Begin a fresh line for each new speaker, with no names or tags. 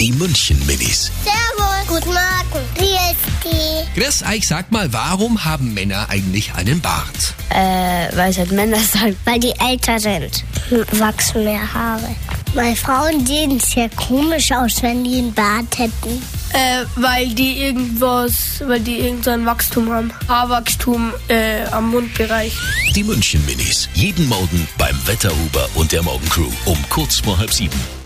Die München Minis.
Servus. Guten Morgen. Wie ist die?
Chris, ich sag mal, warum haben Männer eigentlich einen Bart?
Äh, weil es halt Männer sind.
Weil die älter sind. Wachsen mehr Haare. Weil Frauen sehen sehr komisch aus, wenn die einen Bart hätten.
Äh, weil die irgendwas, weil die irgendein Wachstum haben. Haarwachstum äh, am Mundbereich.
Die München Minis. Jeden Morgen beim Wetterhuber und der Morgencrew um kurz vor halb sieben.